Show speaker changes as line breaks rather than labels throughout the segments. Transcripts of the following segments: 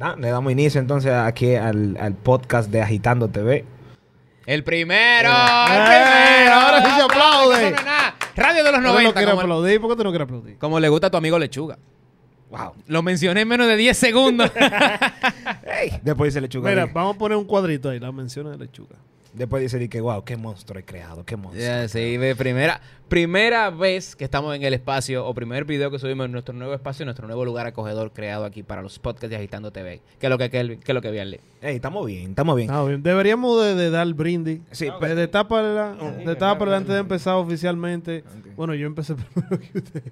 Ah, le damos inicio entonces aquí al, al podcast de Agitando TV.
El primero.
¡Eh!
el primero.
Ahora sí se aplaude.
Eso no es nada. Radio de los
No lo
90.
quieres
como,
aplaudir. ¿Por qué tú no quieres aplaudir?
como le gusta a tu amigo Lechuga. Wow. Lo mencioné en menos de 10 segundos.
Después dice Lechuga.
Mira,
dije-
vamos a poner un cuadrito ahí, la mención de lechuga.
después dice di que, wow, qué monstruo he creado, qué monstruo.
Ya, sí, ve, primera, primera vez que estamos en el espacio o primer video que subimos en nuestro nuevo espacio, en nuestro nuevo lugar acogedor creado aquí para los podcasts de Agitando TV. Que es lo que, que, que, lo que vi al
Ey, estamos bien, estamos bien.
Ah, bien. Deberíamos de, de dar brindis.
Sí, pues.
De-
pero-
de taparla, de taparla antes de empezar oficialmente. Bueno, yo empecé primero que usted.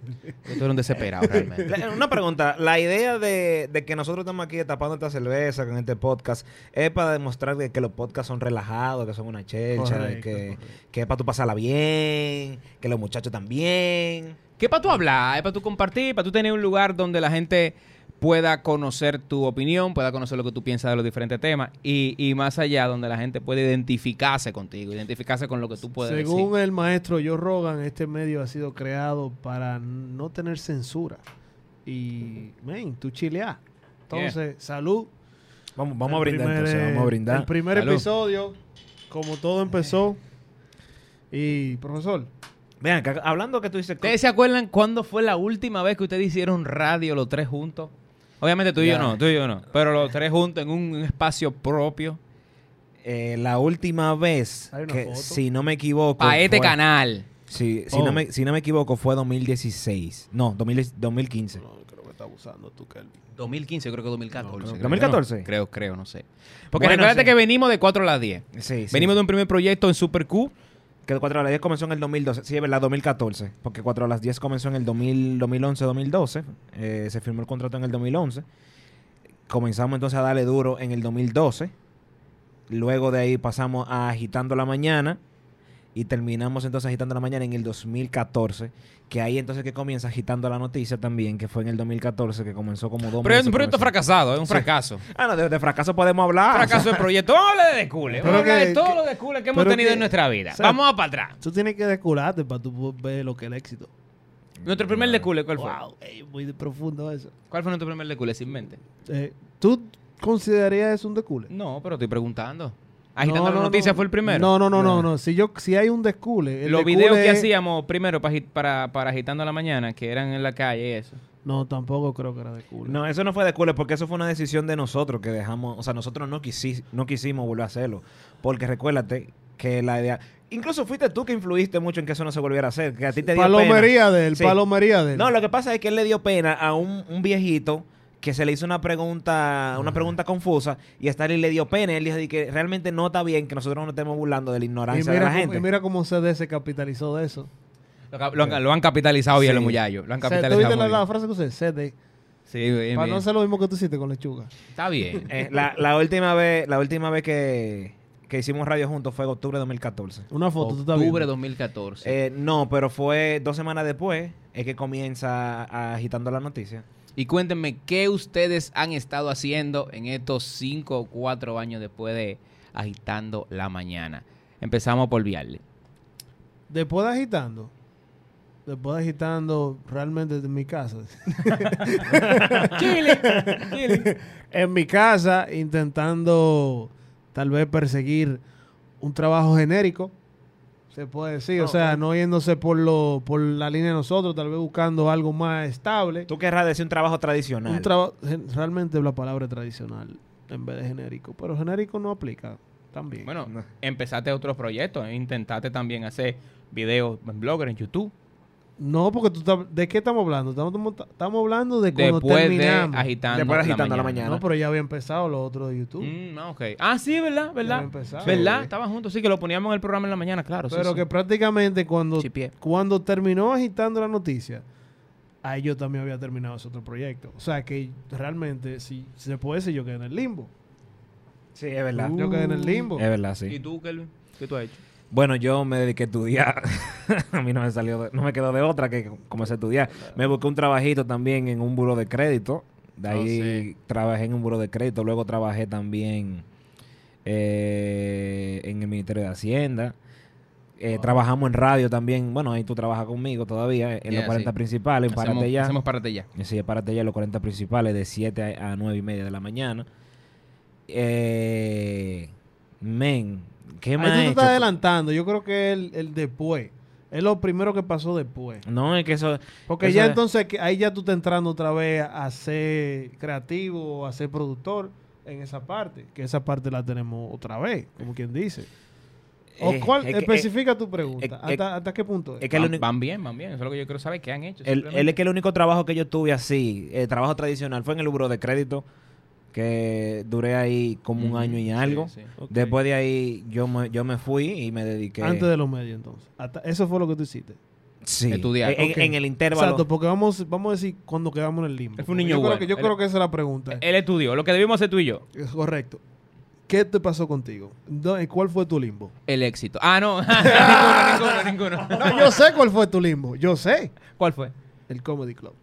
Esto era un desesperado realmente.
La- Una pregunta, la idea de, de que nosotros estamos aquí tapando esta cerveza con este podcast es para demostrar de que los podcasts son relajados, que son una chelcha, de
Correcto,
que,
correcto.
que es para tú pasarla bien, que los muchachos también.
¿Qué para tú hablar? ¿Es para tú compartir? ¿Para tú tener un lugar donde la gente pueda conocer tu opinión, pueda conocer lo que tú piensas de los diferentes temas y, y más allá, donde la gente puede identificarse contigo, identificarse con lo que tú puedes
Según
decir?
el maestro Joe Rogan, este medio ha sido creado para no tener censura. Y, men, tú chileás. Entonces, salud.
Vamos, vamos a
El
brindar,
primer,
entonces,
eh,
vamos a brindar.
El primer
Salud.
episodio, como todo empezó. Y, profesor,
Vean, que- hablando que tú dices...
¿Ustedes se acuerdan cuándo fue la última vez que ustedes hicieron radio los tres juntos? Obviamente tú y yo
Ya.
no, tú y yo no, pero los tres juntos en un, un espacio propio
Eh, la última vez
Hay una
que,
foto.
si no me equivoco...
para este
fue-
canal.
Sí, si,
Oh.
no me, si no me equivoco fue 2016. No, 2010 2015.
no, creo que está abusando tú, Kelvin.
2015, creo que 2014.
No,
creo.
2014.
Creo, creo, no sé. Porque
Bueno,
recuérdate
sí.
que venimos de 4 a las 10.
Sí, sí.
venimos de un primer proyecto en Super Q,
Que 4 a las 10 comenzó en el 2012. Sí, es verdad, 2014. Porque 4 a las 10 comenzó en el 2000, 2011, 2012. Eh, se firmó el contrato en el 2011. Comenzamos entonces a darle duro en el 2012. Luego de ahí pasamos a Agitando la Mañana. Y terminamos entonces Agitando la Mañana en el 2014. Que ahí entonces que comienza Agitando la Noticia también, que fue en el 2014, que comenzó como dos
Pero es
meses
un proyecto
con eso.
fracasado, es un
Sí.
fracaso.
Ah, no, de, de fracaso podemos hablar. O
Fracaso de proyecto. Vamos a hablar de descules. Vamos a
Ah, Pero
hablar de
que-
todos
que-
los descules que hemos
pero
tenido
que-
en nuestra vida.
o sea,
Vamos a para atrás.
Tú tienes que descularte para tú ver lo que es el éxito.
Nuestro primer descule, ¿cuál fue?
Wow, ey, muy de profundo eso.
¿Cuál fue nuestro primer descule? Sin mente.
Eh, ¿Tú considerarías eso un descule?
No, pero estoy preguntando. Agitando
No,
la
no,
noticia
no.
fue el primero.
No, no, no, no,
No.
no. Si yo, si hay un descule. el
Los
descule
videos que
es-
hacíamos primero para, agi- para, para Agitando la Mañana, que eran en la calle y eso.
No, tampoco creo que era descule.
No, eso no fue de culo, porque eso fue una decisión de nosotros que dejamos, o sea, nosotros no, quisi- no quisimos volver a hacerlo, porque recuérdate que la idea, incluso fuiste tú que influiste mucho en que eso no se volviera a hacer, que a ti te dio pena.
palomería de él,
Sí.
palomería de él.
No, lo que pasa es que él le dio pena a un, un viejito que se le hizo una pregunta, una pregunta confusa y a Stanley le dio pena, él dijo de que realmente no está bien que nosotros nos estemos burlando de la
y,
ignorancia
mira
de la
cómo,
gente.
y mira cómo CD se capitalizó de eso.
Lo, ca- lo- lo han capitalizado bien
Sí.
los muchachos. Lo han
O sea, ¿Tú
capitalizado.
viste la,
muy
la
bien.
frase que usé? CD.
Sí, bien,
Para
bien.
no hacer lo mismo que tú hiciste con lechuga.
Está bien.
Eh, la, la última vez, la última vez que, que hicimos radio juntos fue en octubre de 2014.
Una foto, tú estás
Octubre
viendo.
2014.
Eh, no, pero fue dos semanas después es que comienza a- agitando la noticia.
Y cuéntenme qué ustedes han estado haciendo en estos cinco o cuatro años después de agitando la mañana. Empezamos por Viarle.
Después de agitando. Después de agitando realmente en mi casa.
Chile,
en mi casa intentando tal vez perseguir un trabajo genérico. Se puede decir, o
Ah,
sea,
ok.
no yéndose por lo por la línea de nosotros, tal vez buscando algo más estable.
Tú querrás decir un trabajo tradicional.
Un trabajo gen- realmente la palabra es tradicional en vez de genérico, pero genérico no aplica también.
Bueno,
No.
empezaste otros proyectos. e Intentaste también hacer videos en Blogger, en YouTube.
no, porque tú estás- ¿de qué estamos hablando? Estamos, estamos- estamos hablando de cuando
Después de
terminamos.
agitando,
Después de Agitando la
no, pero ya había empezado lo otro de YouTube.
Mm, ah, ok. Ah, sí, ¿verdad?
Ya
¿Verdad?
había empezado.
¿Verdad?
Sí.
Estaban juntos, sí, que lo poníamos en el programa en la mañana, claro. sí,
Pero
sí.
que prácticamente cuando,
Chipié.
cuando terminó agitando la noticia, ahí yo también había terminado ese otro proyecto. O sea que realmente, si, si se puede decir, yo quedé en el limbo.
Sí, es verdad.
yo quedé en el limbo.
Es verdad, sí.
¿Y tú, Kelvin? ¿Qué tú has hecho?
Bueno, yo me dediqué a estudiar. a mí no me salió, de- no me quedó de otra que comencé a estudiar. Me busqué un trabajito también en un buro de crédito. De
Oh,
ahí
sí.
trabajé en un buro de crédito. Luego trabajé también eh, en el Ministerio de Hacienda. Eh,
Oh.
Trabajamos en radio también. Bueno, ahí tú trabajas conmigo todavía, eh, en
Yeah,
los 40
sí.
principales, en
hacemos,
Párate Ya.
hacemos párate ya.
Sí, párate ya en los 40 principales de 7 a, a 9 y media de la mañana. Eh, men, ¿qué
Ahí
más
tú
he
te
hecho?
estás adelantando. Yo creo que el, el después. Es lo primero que pasó después.
No, es que eso...
Porque
eso
ya
es-
entonces, que- ahí ya tú estás entrando otra vez a ser creativo, a ser productor en esa parte. Que esa parte la tenemos otra vez, como quien dice. ¿O
eh,
cuál?
es que-
especifica tu pregunta.
eh, eh,
¿Hasta, hasta qué punto? es?
es que el
van,
único-
van bien, van bien. Eso es lo que yo quiero saber. ¿Qué han hecho?
El,
simplemente.
el es que el único trabajo que yo tuve así, eh, trabajo tradicional, fue en el buro de crédito, que duré ahí como
Ujú,
un año y
sí,
algo.
sí.
Ok.
Después de ahí yo me, yo me fui y me dediqué.
Antes de los medios, entonces. Hasta- eso fue lo que tú hiciste.
sí,
estudiar,
En, en-
ok.
en el intervalo.
Exacto, porque vamos, vamos a decir cuando quedamos en el limbo.
Él fue un niño
yo
bueno.
Creo que, yo
Eh,
Él-
creo que esa es la pregunta.
Él estudió. Lo que debimos hacer tú y yo.
Es correcto. ¿Qué te pasó contigo? Do- ¿Cuál fue tu limbo?
El éxito. Ah, no. ninguno, ninguno, ninguno.
No, yo sé cuál fue tu limbo. Yo sé.
¿Cuál fue?
El Comedy Club.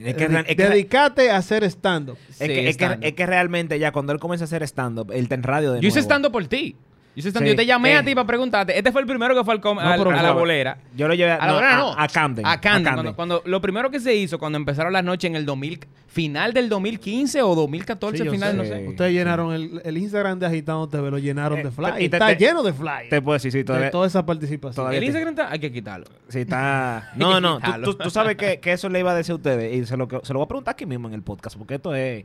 Es que,
Dedi-
re- es que-
Dedicate a hacer stand-up.
es que- es que-
stand-up.
es que realmente ya cuando él comienza a hacer stand-up, él está en radio de
Yo hice
nuevo.
estando por ti. Yo hice stand-up.
Sí.
Yo te llamé a
Eh.
ti para preguntarte. Este fue el primero que fue al com-
No,
al-
pero
a la
fue-
bolera.
Yo lo llevé
A la bolera no.
a Camden.
A Camden.
a
Cuando, cuando- lo primero que se hizo cuando empezaron las noches en el 2000, final del 2015 o 2014,
Sí, yo
final,
sé.
no sé.
Ustedes
sí.
llenaron el, el Instagram de Agitando TV, lo llenaron
Eh,
de fly.
y te-
está
te-
lleno de fly.
Te puedo decir, sí, todavía.
de toda esa participación.
todavía-
El Instagram está- hay que quitarlo.
Sí, está. No, no. tú-
Quítalo.
tú, tú sabes que, que eso le iba a decir a ustedes. Y se lo, que- se lo voy a preguntar aquí mismo en el podcast. Porque esto es.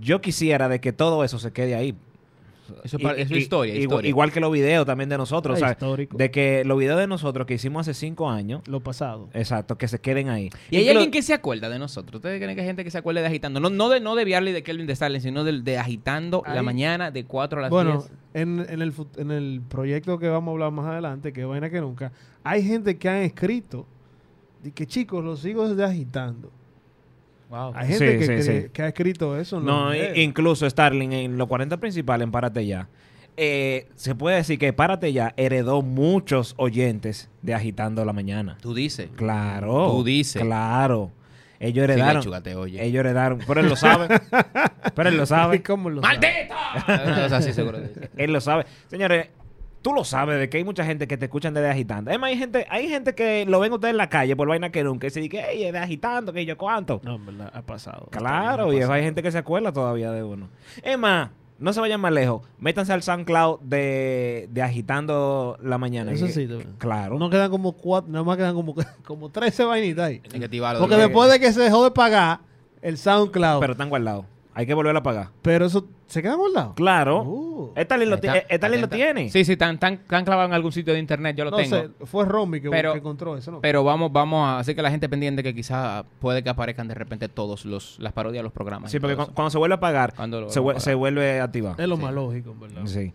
Yo quisiera de que todo eso se quede ahí.
Eso, es
Y-
para- eso es
y-
historia.
Igual,
historia.
igual que los videos también de nosotros.
Ah,
o sea,
histórico.
de que los videos de nosotros que hicimos hace cinco años.
Lo pasado.
Exacto, que se queden ahí.
Y hay
Inclu-
alguien que se acuerda de nosotros. ¿Ustedes creen que hay gente que se acuerda de agitando? No, no de no de Biarly de Kelvin de Stalin, sino del de agitando la
Ahí.
mañana de 4 a las
Bueno,
10.
en, en el, fut- en el proyecto que vamos a hablar más adelante, que vaina que nunca, hay gente que han escrito de que chicos, los sigo desde Agitando.
Wow.
Hay gente
Sí,
que,
sí,
cree-
sí.
que ha escrito eso. en los
No,
videos.
eh.
i- incluso Starling, en los 40 principales, en Párate Ya. eh, se puede decir que Párate Ya heredó muchos oyentes de Agitando la Mañana.
Tú dices.
Claro.
Tú dices.
Claro. Ellos
Sí,
heredaron.
lechuga, te oye.
ellos heredaron. Pero él lo sabe. pero él lo sabe.
¿Cómo lo sabe?
¡Maldita! Ah, O sea, sí, seguro.
Él lo sabe. Señores, tú lo sabes de que hay mucha gente que te escuchan desde agitando. Es más, hay gente, hay gente que lo ven ustedes en la calle por vaina que nunca. Y se dice, ey, es de agitando, que yo cuánto.
No, en verdad, ha pasado.
Claro, y hay gente que se acuerda todavía de uno. Es más, no se vayan más lejos. Métanse al SoundCloud de, de Agitando la Mañana.
Eso
que-
sí, también.
Claro.
No quedan como cuatro, nada más quedan como, como 13 vainitas ahí.
Hay que activarlo.
Porque después de que se dejó de pagar el
Pero
SoundCloud, pero,
están guardados. Hay que volver a pagar.
eso se queda guardado.
Claro.
Uh.
Esta ley lo, ti-
Está-
eh, esta ley lo
atenta.
tiene.
Sí, sí, están, están, están clavados en algún sitio de internet, yo lo
No
tengo.
sé, fue Romy que,
Pero-
que encontró eso, ¿no?
Pero vamos, vamos a. Así que la gente pendiente que quizás puede que aparezcan de repente todos los, las parodias, los programas.
Sí,
y
porque
todo
cu-
eso.
cuando se vuelve a pagar,
Cuando lo
se,
vuelva a
vuel- se vuelve a activar.
es lo
sí.
más lógico, en verdad.
Sí.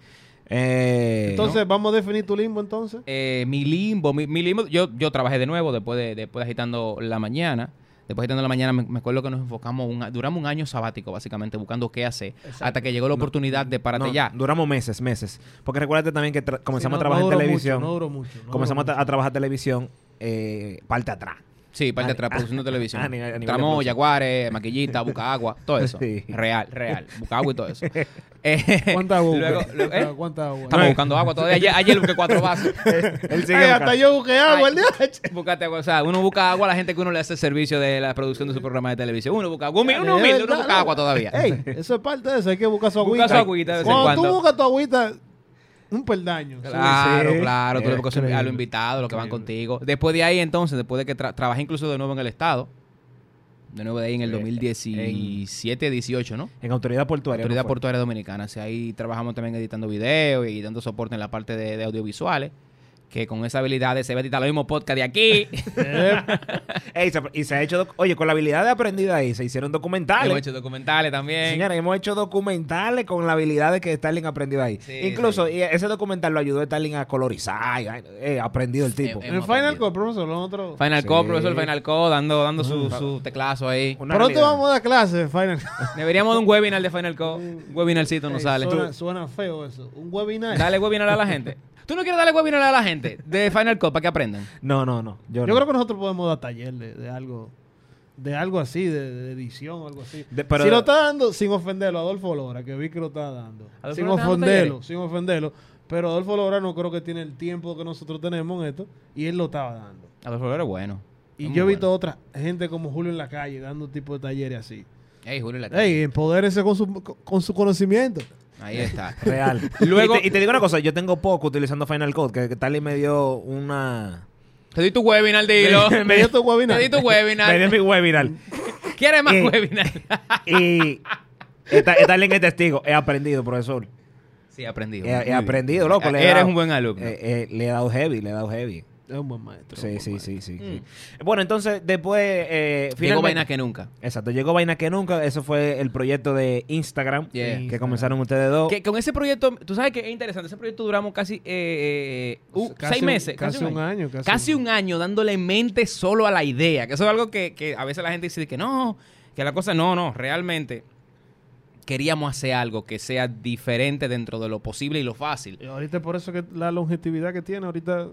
Eh,
Entonces, vamos a definir tu limbo entonces.
Eh, mi limbo, mi, mi limbo, yo, yo trabajé de nuevo después de, después de agitando la mañana. Después de agitando la mañana, me, me acuerdo que nos enfocamos, un, duramos un año sabático básicamente buscando qué hacer, hasta que llegó la oportunidad de
no,
pararte
no,
ya.
duramos meses, meses. Porque recuérdate también que tra- comenzamos
Sí, no-
a trabajar
no
en
duró
televisión.
mucho, no duró mucho. no
comenzamos a,
duró
tra- a trabajar televisión, eh, parte atrás.
Sí, parte
a-
de atrás,
a-
produciendo
a-
televisión.
a nivel- a nivel de
Tramo,
producción.
Jaguares, Maquillita, Busca Agua, todo eso.
Sí.
Real, real. Busca Agua y todo eso. Eh,
mucho. ¿Cuánta agua?
luego-
buscaste?
luego- ¿eh?
¿Cuánta agua?
Estamos buscando agua todavía. Ayer, ayer busqué cuatro vasos.
Él
Ay, eh, hasta yo busqué agua el día.
Buscate agua. O sea, uno busca agua a la gente que uno le hace el servicio de la producción de su programa de televisión. Uno busca agua. Uno humilde, uno humilde, uno busca agua todavía.
Ey, eso es parte de eso. Hay que buscar su agüita.
Busca su agüita de vez en
cuando, tú
cuando.
buscas tu agüita, un peldaño.
Claro,
Sí, sí.
claro. Tú le
Eh,
buscas a
increíble.
los invitados, los que van
Increíble.
contigo. Después de ahí, entonces, después de que tra- trabajé incluso de nuevo en el Estado, de nuevo de ahí en el
Eh,
2017, 18, ¿no?
En autoridad portuaria.
Autoridad
no fue.
Portuaria Dominicana. Así, ahí trabajamos también editando videos y dando soporte en la parte de, de audiovisuales. Que con esa habilidad se va a editar los mismos podcast de aquí.
Eh,
Ey, se- y se ha hecho. doc- Oye, con la habilidad de aprendida ahí, se hicieron documentales.
Hemos hecho documentales también.
Señores, hemos hecho documentales con la habilidad de que Stalin aprendió ahí.
Sí,
Incluso
sí.
y ese documental lo ayudó a Stalin a colorizar. y vaina. Eh, aprendido el tipo.
Eh, eh,
en Final Cut, profesor, nosotros.
Final Co,
Sí.
profesor Final Co, dando, dando su, su teclazo ahí.
Una
Pronto
realidad.
vamos a dar clases de Final Cut.
Deberíamos de un webinar de Final Co. Un webinarcito
Ey,
nos sale.
Suena,
Tú-
suena feo eso. Un webinar.
Dale webinar a la gente. ¿Tú no quieres darle webinar a la gente de Final Co para que aprendan?
No, no, no. Yo,
Yo creo que nosotros podemos dar taller de, de algo de algo así, de, de edición o algo así.
De- pero-
si lo está dando, sin ofenderlo, Adolfo Lora, que vi que lo está dando.
¿Adolfo
Sin
Lora está dando
ofenderlo,
talleres?
sin ofenderlo. Pero Adolfo Lora no creo que tiene el tiempo que nosotros tenemos en esto. Y él lo estaba dando.
Adolfo Lora es bueno.
Y
Es muy
yo he visto
bueno.
otra gente como Julio en la calle dando tipo de talleres así.
Ey, Julio en la calle.
Ey, empodérese con su, con su conocimiento.
Ahí está.
Real.
Luego-
y, te, y te digo una cosa, yo tengo poco utilizando Final Cut, que, que tal y me dio una...
Te di tu webinar, dilo.
Me dio tu webinar.
Te di tu
Me dio
webinar.
mi webinar.
¿Quieres más
Eh.
webinar?
Y está está en el testigo. He aprendido, profesor.
Sí, aprendí.
He, he aprendido, loco. le he
E, Eres
dado-
un buen alumno.
eh, eh, le he dado heavy, le he dado heavy.
Es un buen maestro.
Sí, sí, sí, sí,
Mm.
sí. Bueno, entonces después... Eh,
Llegó
finalmente-
vaina que nunca.
Exacto, llegó Vaina que nunca. Eso fue el proyecto de Instagram
Yeah.
que
Instagram.
comenzaron ustedes dos.
Que con ese proyecto, tú sabes que es interesante, ese proyecto duramos casi, eh, eh, uh, seis meses,
Casi, un año. Casi,
Casi un año dándole mente solo a la idea, que eso es algo que, que a veces la gente dice que no, que la cosa, no, no, realmente queríamos hacer algo que sea diferente dentro de lo posible y lo fácil.
Y ahorita por eso que la longevidad que tiene ahorita,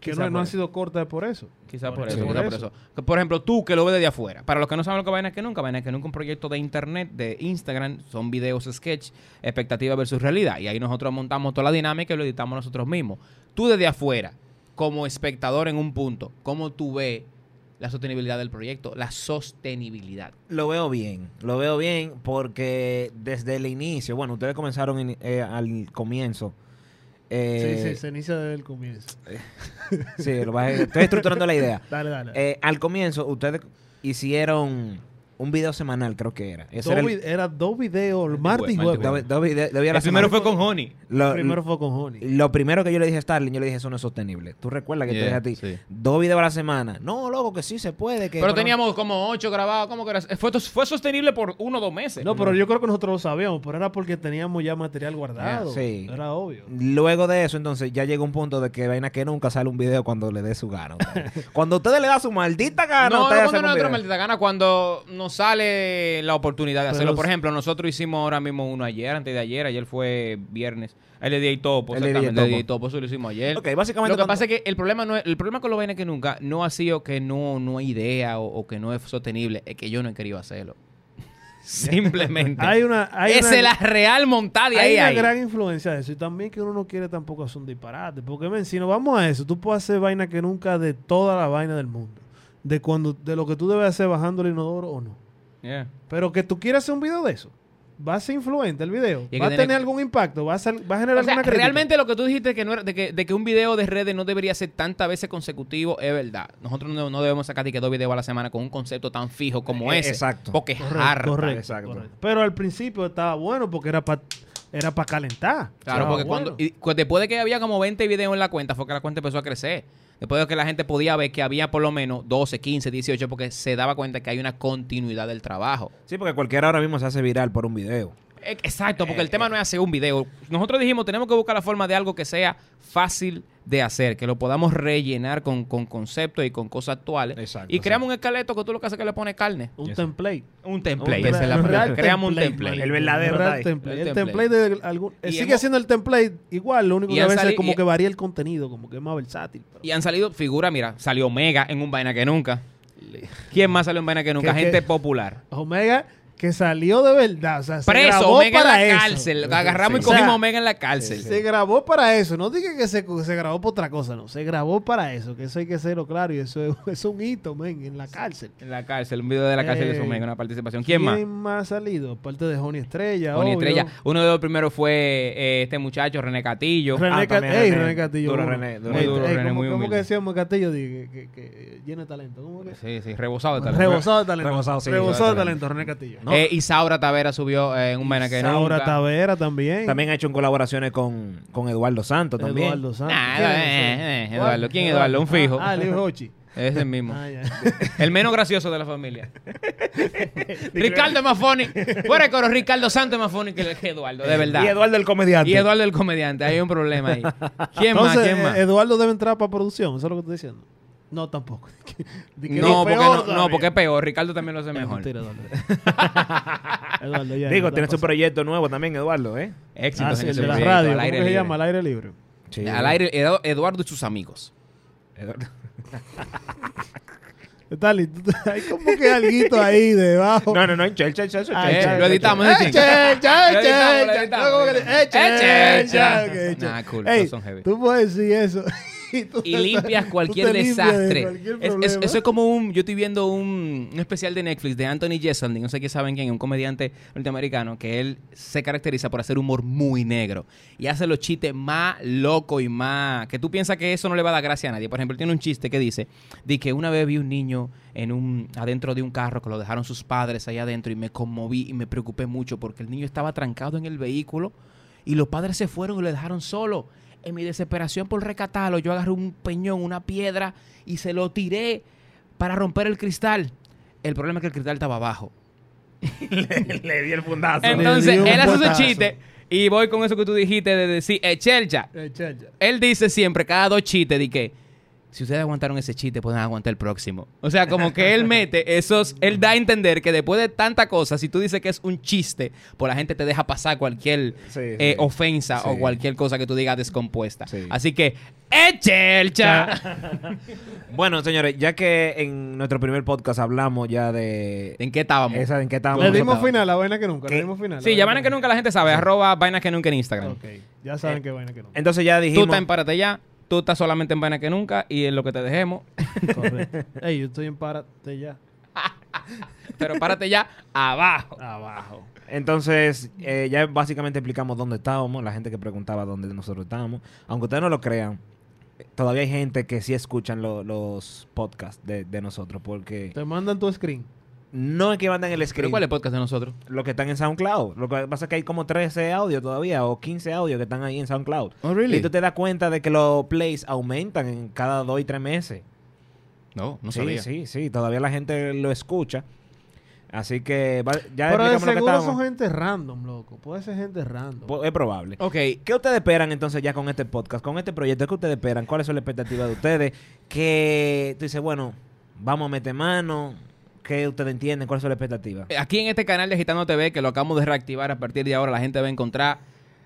que
Quizá
no,
por
no ha
eso.
sido corta es por eso.
Quizás por,
Por
eso,
eso.
quizá
Por
por
eso.
eso. Que, Por ejemplo, tú que lo ves desde afuera. Para los que no saben lo que vaina que nunca, vaina que nunca un proyecto de internet, de Instagram, son videos sketch, expectativa versus realidad. Y ahí nosotros montamos toda la dinámica y lo editamos nosotros mismos. Tú desde afuera, como espectador en un punto, ¿cómo tú ves la sostenibilidad del proyecto? La sostenibilidad.
Lo veo bien, lo veo bien porque desde el inicio, bueno, ustedes comenzaron en- eh, al comienzo.
sí, sí,
Eh,
se inicia desde el comienzo.
sí, lo bajé. estoy estructurando la idea.
Dale, dale.
Eh, al comienzo, ustedes hicieron un video semanal, creo que era. Ese
Dos
era
vi-
el,
era dos videos, martes
Martes y
y jueves.
dos- dos vide- dos videos a la
El
semana.
primero fue con Honey.
Lo,
Primero fue con Honey.
lo primero que yo le dije a Starling, yo le dije, eso no es sostenible. Tú recuerdas que te
Yeah,
dije a ti,
sí.
dos videos a la semana. No, loco, que sí se puede. Que
Pero teníamos como ocho grabados. ¿cómo que era? Fue, fue sostenible por uno o dos meses.
No, pero yo creo que nosotros lo sabíamos, pero era porque teníamos ya material guardado.
sí. Mm.
Era obvio.
Luego de eso, entonces, ya llega un punto de que vaina que nunca sale un video cuando le dé su gana. cuando ustedes le da su maldita gana,
No, no,
ustedes
cuando
hacen un
no
video.
entra maldita gana, cuando nos sale la oportunidad de
Pero
hacerlo.
es-
Por ejemplo, nosotros hicimos ahora mismo uno ayer, antes de ayer, ayer fue viernes. El de DJ Topo,
El de
exactamente, el
DJ
de DJ Topo, eso lo hicimos ayer.
Ok, básicamente
Lo que
cuando-
pasa es que el problema no es, el problema con los vainas que nunca no ha sido que no, no hay idea o, o que no es sostenible, es que yo no he querido hacerlo. Simplemente.
Hay una, hay
Esa
una-
es la real montada y
hay
ahí
una
hay.
gran influencia de eso. Y también que uno no quiere tampoco hacer un disparate. Porque, men, si nos vamos a eso, tú puedes hacer vaina que nunca de toda la vaina del mundo. De cuando de lo que tú debes hacer bajando el inodoro o no.
Yeah.
Pero que tú quieras hacer un video de eso. Va a ser influente el video.
Y hay
Va a
que
tener
tener-
algún impacto. Va a, sal- va a generar
O sea,
alguna crítica.
realmente lo que tú dijiste que no era- de, que, de que un video de redes no debería ser tantas veces consecutivo es verdad. Nosotros no, no debemos sacar ni que dos videos a la semana con un concepto tan fijo como
Eh,
ese.
exacto.
Porque es
Correcto,
harta.
correcto,
exacto.
correcto. Pero al principio estaba bueno porque era para era para calentar.
Claro,
Estaba
porque
Ah, bueno.
cuando, y cu- después de que había como 20 videos en la cuenta, fue que la cuenta empezó a crecer. Después de que la gente podía ver que había por lo menos 12, 15, 18, porque se daba cuenta que hay una continuidad del trabajo.
Sí, porque cualquiera ahora mismo se hace viral por un video.
Eh, Exacto, porque el tema no es hacer un video. Nosotros dijimos, tenemos que buscar la forma de algo que sea fácil de hacer, que lo podamos rellenar con, con conceptos y con cosas actuales.
Exacto,
y creamos un esqueleto que tú lo que haces es que le pones carne.
Un
Yes.
template.
Un template.
Un
esa es la
real
palabra. Creamos un template.
marico.
El verdadero
real
type.
template.
El
El
template.
template de algún- eh,
Y
sigue
hemos-
siendo el template igual, lo único
Y
que a
han
veces
sali-
como
y-
que varía el contenido, como que es más versátil. pero-
Y han salido figuras, mira, salió Omega en un vaina que nunca. ¿Quién más salió en vaina que nunca?
Que-
Gente
que-
popular.
Omega que salió de verdad, o sea, se
Preso,
grabó
Omega en
para
la
eso.
cárcel. Agarramos y
Sí.
cogimos
O sea,
a Omega en la cárcel.
Se grabó para eso, no dije que se, se grabó por otra cosa, no, se grabó para eso, que eso hay que serlo claro y eso es, es un hito, men, en la cárcel.
En la cárcel, un video de la cárcel de
Ey.
Omega, una participación. ¿Quién más?
ha salido? Aparte de Johnny Estrella,
Tony
obvio.
Estrella.
Ah,
Uno de los primeros fue eh, este muchacho, René Castillo.
René,
Ah,
Ca-
también
ey,
René.
René Castillo.
Duro
bueno.
René, duro
Ey,
René.
ey,
René,
¿cómo-
muy
¿Cómo que
humilde.
decíamos Castillo? Dije, que, que, que llena de talento. ¿Cómo que?
Sí, sí, rebosado de talento.
Rebosado de talento.
Rebosado, sí,
Rebosado de
de
talento, René Castillo.
No.
Eh, Isaura Tavera subió eh, en un vaina que
Laura
nunca.
Tavera también.
También ha hecho colaboraciones con, con Eduardo Santos también.
Eduardo Santos.
Nah,
¿Quién
eh,
es ese?
eh, eh, Eduardo. ¿Quién es Eduardo? Un fijo.
Ah, ah, el hijo de Hochi.
Es el mismo.
Ah, ya.
El menos gracioso de la familia. Ricardo Mafoni. Fuera de coro, Ricardo Santos Mafoni que que Eduardo,
Eh,
de verdad.
Y Eduardo el comediante.
Y Eduardo el comediante. Hay un problema ahí. ¿Quién más?
Entonces,
¿Quién más?
eh, Eduardo debe entrar para producción. Eso es lo que estoy diciendo. No, tampoco. Di que
no, porque
peor
no, no,
todavía.
porque es peor. Ricardo también lo hace
Es
mejor.
mentira, Eduardo. Eduardo, ya,
Digo,
ya
tiene su
pasó.
proyecto nuevo también, Eduardo, ¿eh?
Éxito
Ah, sí,
en
el
ese
de la
proyecto,
radio.
al
¿Cómo
aire
que se
libre.
llama? Al aire libre.
Sí.
Al aire, Edu- Eduardo y sus amigos.
Eduardo.
Stanley, tú- hay como que alguito ahí debajo.
No, no, no, Chel, Chel, Chel, Chel,
Ay,
Chel,
Chel,
Chel,
lo editamos,
Chel.
¿eh?
Eche, eche,
Lo editamos, lo
eche, eche.
editamos,
No, como que
lo
le-
editamos.
Eche, eche.
Eche, eche.
eche.
Nah, cool,
Ey,
no son heavy.
Tú puedes decir eso. Y, tú
y
te-
limpias
tú
cualquier
te limpias de
desastre.
cualquier
Es- es-
problema.
eso es como un. Yo estoy viendo un, un especial de Netflix de Anthony Jeselnik. No sé qué saben quién, un comediante norteamericano que él se caracteriza por hacer humor muy negro y hace los chistes más locos y más. que tú piensas que eso no le va a dar gracia a nadie. Por ejemplo, él tiene un chiste que dice: de que una vez vi un niño en un adentro de un carro que lo dejaron sus padres allá adentro y me conmoví y me preocupé mucho porque el niño estaba trancado en el vehículo y los padres se fueron y lo dejaron solo. En mi desesperación por recatarlo, yo agarré un peñón, una piedra y se lo tiré para romper el cristal. El problema es que el cristal estaba abajo.
Le di el fundazo.
Entonces,
dio un
él hace su
botazo.
chiste y voy con eso que tú dijiste de decir, "Eh, echelcha.
Eche, eche.
Él dice siempre, cada dos chistes, de que si ustedes aguantaron ese chiste, pueden aguantar el próximo. O sea, como que él mete esos, él da a entender que después de tanta cosa, si tú dices que es un chiste, pues la gente te deja pasar cualquier
Sí,
eh,
sí.
ofensa o
Sí.
cualquier cosa que tú digas descompuesta.
Sí.
Así que, echelcha.
Bueno, señores, ya que en nuestro primer podcast hablamos ya de
¿En qué estábamos?
esa en qué
Ah,
estábamos.
Le dimos
nosotros.
final, la vaina que nunca.
¿Qué?
Le dimos final. la
Sí,
vaina
ya van a que nunca la gente sabe, arroba vainas que nunca en Instagram.
Ok, ya saben qué vaina que nunca.
Entonces ya
Tú
dijimos.
estás en Párate Ya, tú estás solamente en Vainas que nunca y en lo que te dejemos.
Correcto. Ey, yo estoy en párate ya.
Pero Párate Ya, abajo.
Abajo.
Entonces, eh, ya básicamente explicamos dónde estábamos, la gente que preguntaba dónde nosotros estábamos. Aunque ustedes no lo crean, todavía hay gente que sí escuchan lo- los podcasts de, de nosotros, porque
Te mandan tu screen.
no es que mandan el
¿Pero
screen,
cuál es el podcast de nosotros?
lo que están en SoundCloud. Lo que pasa es que hay como 13 audios todavía, o 15 audios que están ahí en SoundCloud.
Oh, really?
Y tú te das cuenta de que los plays aumentan en cada dos y tres meses.
No, no
sí,
sabía.
sí, sí, todavía la gente lo escucha. Así que va- ya
Pero
explicamos lo
de
que
seguro
estábamos.
son gente random, loco. Puede ser gente random.
Po- Es probable.
Ok,
¿Qué ustedes esperan entonces ya con este podcast, con este proyecto? ¿Qué ustedes esperan? ¿Cuáles son las expectativas de ustedes? Que tú dices, bueno, vamos a meter mano. ¿Qué ustedes entienden? ¿Cuáles son las expectativas?
aquí en este canal de Gitano TV, que lo acabamos de reactivar a partir de ahora, la gente va a encontrar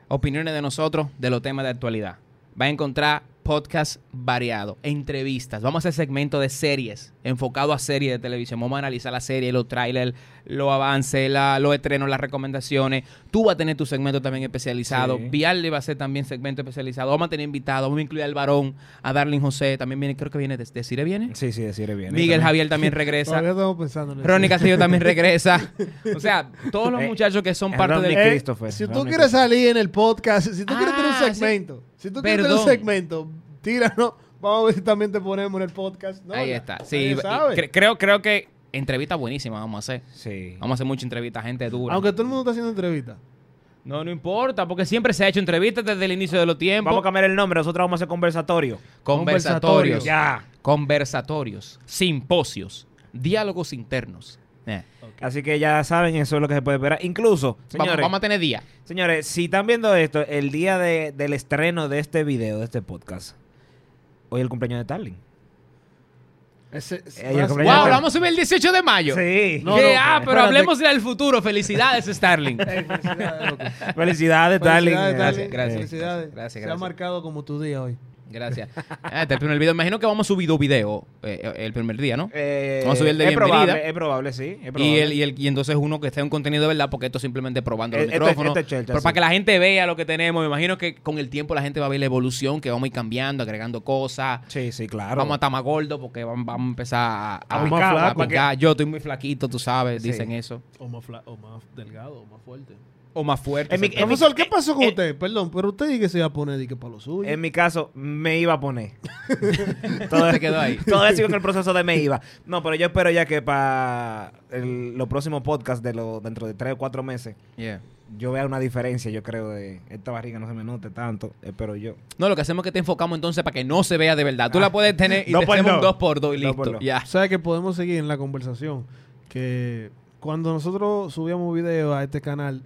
opiniones de nosotros de los temas de actualidad. Va a encontrar podcast variado, entrevistas. Vamos a hacer segmento de series, enfocado a series de televisión. Vamos a analizar la serie, los trailers, los avances, la- los estrenos, las recomendaciones. Tú vas a tener tu segmento también especializado.
Sí.
Vialde va a ser también segmento especializado. Vamos a tener invitados. Vamos a incluir al varón, a Darling José. También viene, creo que viene, de, de Cire viene.
Sí, sí, decir bien. Javier.
Miguel Javier también regresa.
Todavía estamos pensando en eso.
Ronnie Castillo también regresa. O sea, todos los
Eh,
muchachos que son
eh,
parte
Ronnie-
del...
Eh,
equipo
Christopher,
Si tú
Ronnie
quieres
Christopher.
salir en el podcast, si tú quieres tener
Ah,
un
sí.
segmento, si tú quieres tener un
Perdón.
segmento, tíranos. Vamos a ver si también te ponemos en el podcast.
Eh,
¿no?
Ahí
Ya,
está.
nadie
Sí, y- y
sabe.
cre- creo, creo que entrevistas buenísimas vamos a hacer.
Sí.
Vamos a hacer mucha entrevista, gente dura.
Aunque todo el mundo está haciendo entrevistas.
No, no importa, porque siempre se ha hecho entrevistas desde el inicio de los tiempos.
Vamos a cambiar el nombre, nosotros vamos a hacer conversatorio.
conversatorios.
Conversatorios.
Ya.
Conversatorios. Simposios. Diálogos internos. Eh,
Así que ya saben, eso es lo que se puede esperar. Incluso,
Vamos,
señores,
vamos a tener día.
señores, si están viendo esto, el día de- del estreno de este video, de este podcast, hoy es el cumpleaños de Tarling.
Ese-
Eh, yo compré- Pero
Wow,
ya
lo
fue.
vamos a subir el 18 de mayo.
Sí.
Yeah, ah,
No, no,
pero
espérate.
hablemos del futuro. Felicidades, Starling.
Ey, felicidades, loco.
Felicidades, Tarling.
Felicidades,
Gracias,
Darling.
gracias.
Felicidades.
Gracias,
Se ha
gracias.
marcado como tu día hoy.
Gracias. Ah, este es el primer video. Imagino que vamos a subir dos videos eh, el primer día, ¿no?
Eh,
Vamos a subir el de
es
bienvenida.
probable, es probable, sí. es
y,
probable.
el, y, el- y entonces uno que esté un contenido de verdad, porque esto es simplemente probando los
Eh, esto es-
micrófonos.
esto es chelcha,
pero
sí.
para que la gente vea lo que tenemos, me imagino que con el tiempo la gente va a ver la evolución, que vamos a ir cambiando, agregando cosas.
Sí, sí, claro.
Vamos a estar más gordos porque vamos, vamos a empezar a,
A
a-
picar,
a
flaco.
picar. Yo estoy muy flaquito, tú sabes,
Sí.
dicen eso.
O más, fla- o más delgado, o más fuerte.
O más fuerte.
En mi- en mi-
Profesor, ¿qué pasó con
eh,
usted? Perdón, pero usted dijo que se iba a poner dique para lo suyo.
eh,
En mi caso, me iba a poner. todo,
Se quedó ahí.
Todavía sigo en el proceso de me iba. No, pero yo espero ya que para el- los próximos podcasts de lo, dentro de tres o cuatro meses,
Yeah.
yo vea una diferencia, yo creo, de esta barriga no se me note tanto, espero yo.
No, lo que hacemos es que te enfocamos entonces para que no se vea de verdad. Tú la puedes tener y
No,
te
pues
hacemos
no.
un 2 por 2 y
No,
listo.
pues no.
Ya.
O sea que podemos seguir en la conversación. Que cuando nosotros subíamos videos a este canal,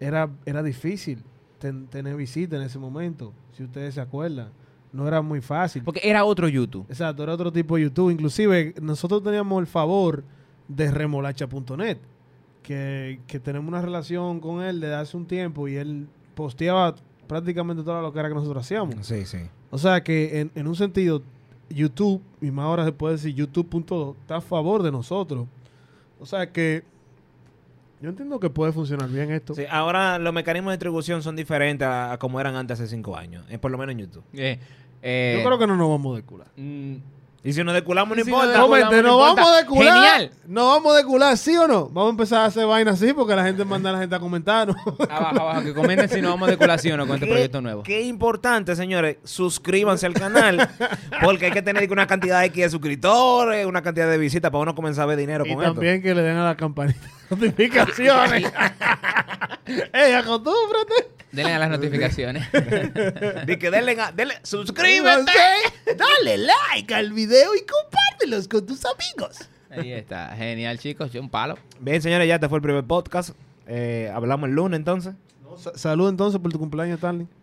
era, era difícil ten- tener visita en ese momento. Si ustedes se acuerdan, no era muy fácil.
Porque era otro YouTube.
Exacto, era otro tipo de YouTube. Inclusive, nosotros teníamos el favor de remolacha.net, que, que tenemos una relación con él desde hace un tiempo y él posteaba prácticamente toda la locura que nosotros hacíamos.
Sí, sí.
O sea que en, en un sentido, YouTube, y más ahora se puede decir YouTube.2, está a favor de nosotros. O sea que yo entiendo que puede funcionar bien esto.
Sí, ahora los mecanismos de distribución son diferentes a, a como eran antes hace cinco años, eh, por lo menos en YouTube.
Eh, eh,
yo creo que no nos vamos a descular.
mm,
Y si nos deculamos, no
Sí,
importa.
no,
Hombre,
no
te- nos
importa.
vamos a decular.
Genial.
Nos vamos a decular, ¿sí o no? Vamos a empezar a hacer vainas así porque la gente manda a la gente a comentar. ¿no?
abajo, abajo, que comenten si nos vamos de colación o con este
Qué-
proyecto nuevo.
Qué importante, señores. Suscríbanse al canal. porque hay que tener una cantidad X de suscriptores, una cantidad de visitas para uno comenzar a ver dinero
y
con
también que le den a la campanita de notificaciones. ¡Ey, acostúmbrate!
Denle a las notificaciones.
esto. De que denle, a- denle- suscríbete.
Dale like al video y compártelos con tus amigos.
Ahí está. Genial, chicos. Yo un palo.
Bien, señores, ya este fue el primer podcast. Eh, hablamos el lunes entonces.
Salud entonces por tu cumpleaños, Stanley.